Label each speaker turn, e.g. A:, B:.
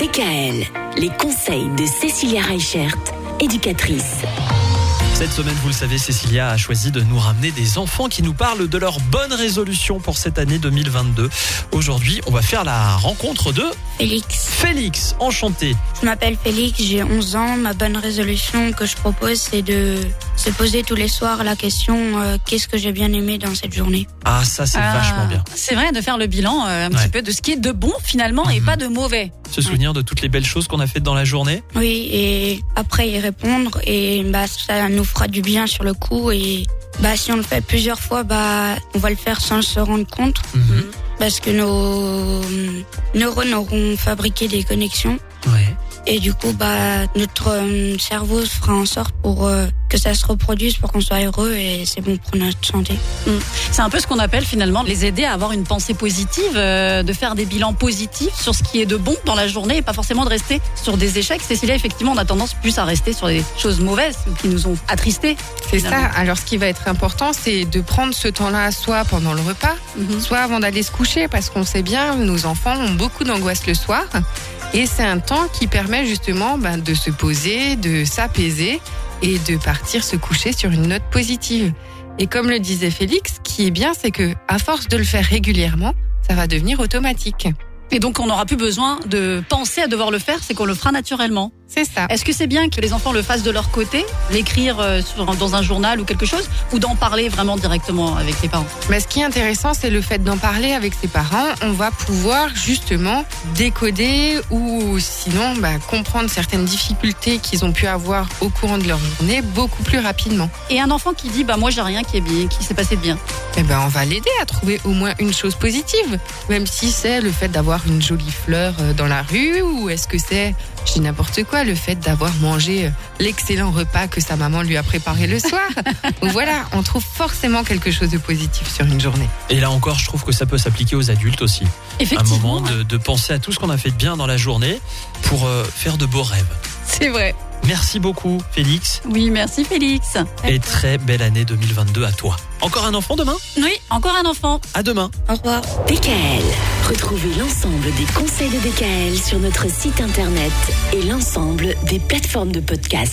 A: DKL, les conseils de Cécilia Reichert, éducatrice.
B: Cette semaine, vous le savez, Cécilia a choisi de nous ramener des enfants qui nous parlent de leurs bonnes résolutions pour cette année 2022. Aujourd'hui, on va faire la rencontre de
C: Félix.
B: Félix, enchanté.
C: Je m'appelle Félix, j'ai 11 ans. Ma bonne résolution que je propose, c'est de se poser tous les soirs la question euh, qu'est-ce que j'ai bien aimé dans cette journée
B: Ah, ça, c'est
D: Ah,
B: vachement bien.
D: C'est vrai de faire le bilan euh, un
B: Ouais.
D: petit peu de ce qui est de bon finalement et
B: Mhm.
D: pas de mauvais.
B: Se souvenir de toutes les belles choses qu'on a faites dans la journée.
C: Oui, et après y répondre, et bah, ça nous fera du bien sur le coup. Et bah, si on le fait plusieurs fois, bah, on va le faire sans se rendre compte,
B: Mhm.
C: parce que nos euh, neurones auront fabriqué des connexions.
D: Mm.
B: Ouais.
C: Et du coup, bah, notre euh, cerveau fera en sorte pour euh, que ça se reproduise, pour qu'on soit heureux, et c'est bon pour notre santé.
D: C'est un peu ce qu'on appelle finalement les aider à avoir une pensée positive, euh, de faire des bilans positifs sur ce qui est de bon dans la journée et pas forcément de rester sur des échecs. Cécilia, effectivement, on a tendance plus à rester sur des choses mauvaises ou qui nous ont attristés.
E: C'est ça.
D: finalement.
E: Alors, ce qui va être important, c'est de prendre ce temps-là, soit pendant le repas,
D: Mhm.
E: soit avant d'aller se coucher, parce qu'on sait bien, nos enfants ont beaucoup d'angoisse le soir. Et c'est un temps qui permet justement ben, de se poser, de s'apaiser et de partir se coucher sur une note positive. Et comme le disait Félix, ce qui est bien, c'est que à force de le faire régulièrement, ça va devenir automatique.
D: Et donc, on n'aura plus besoin de penser à devoir le faire, c'est qu'on le fera naturellement.
E: C'est ça.
D: Est-ce que c'est bien que les enfants le fassent de leur côté, l'écrire euh, sur- dans un journal ou quelque chose, ou d'en parler vraiment directement avec les parents
E: Mais Bah, ce qui est intéressant, c'est le fait d'en parler avec ses parents. On va pouvoir justement décoder ou sinon bah, comprendre certaines difficultés qu'ils ont pu avoir au courant de leur journée beaucoup plus rapidement.
D: Et un enfant qui dit bah moi j'ai rien qui est bien, qui s'est passé de bien.
E: Eh ben, on va l'aider à trouver au moins une chose positive, même si c'est le fait d'avoir une jolie fleur euh, dans la rue ou est-ce que c'est, je dis n'importe quoi, le fait d'avoir mangé euh, l'excellent repas que sa maman lui a préparé le soir. voilà, on trouve forcément quelque chose de positif sur une journée.
B: Et là encore, je trouve que ça peut s'appliquer aux adultes aussi. Un
D: Effectivement.
B: moment de, de penser à tout ce qu'on a fait de bien dans la journée pour euh, faire de beaux rêves.
E: C'est vrai.
B: Merci beaucoup, Félix.
D: Oui, merci Félix.
B: Et très belle année 2022 à toi. Encore un enfant demain
D: Oui, encore un enfant.
B: À demain.
C: Au revoir.
A: DKL, retrouvez l'ensemble des conseils de DKL sur notre site internet et l'ensemble des plateformes de podcast.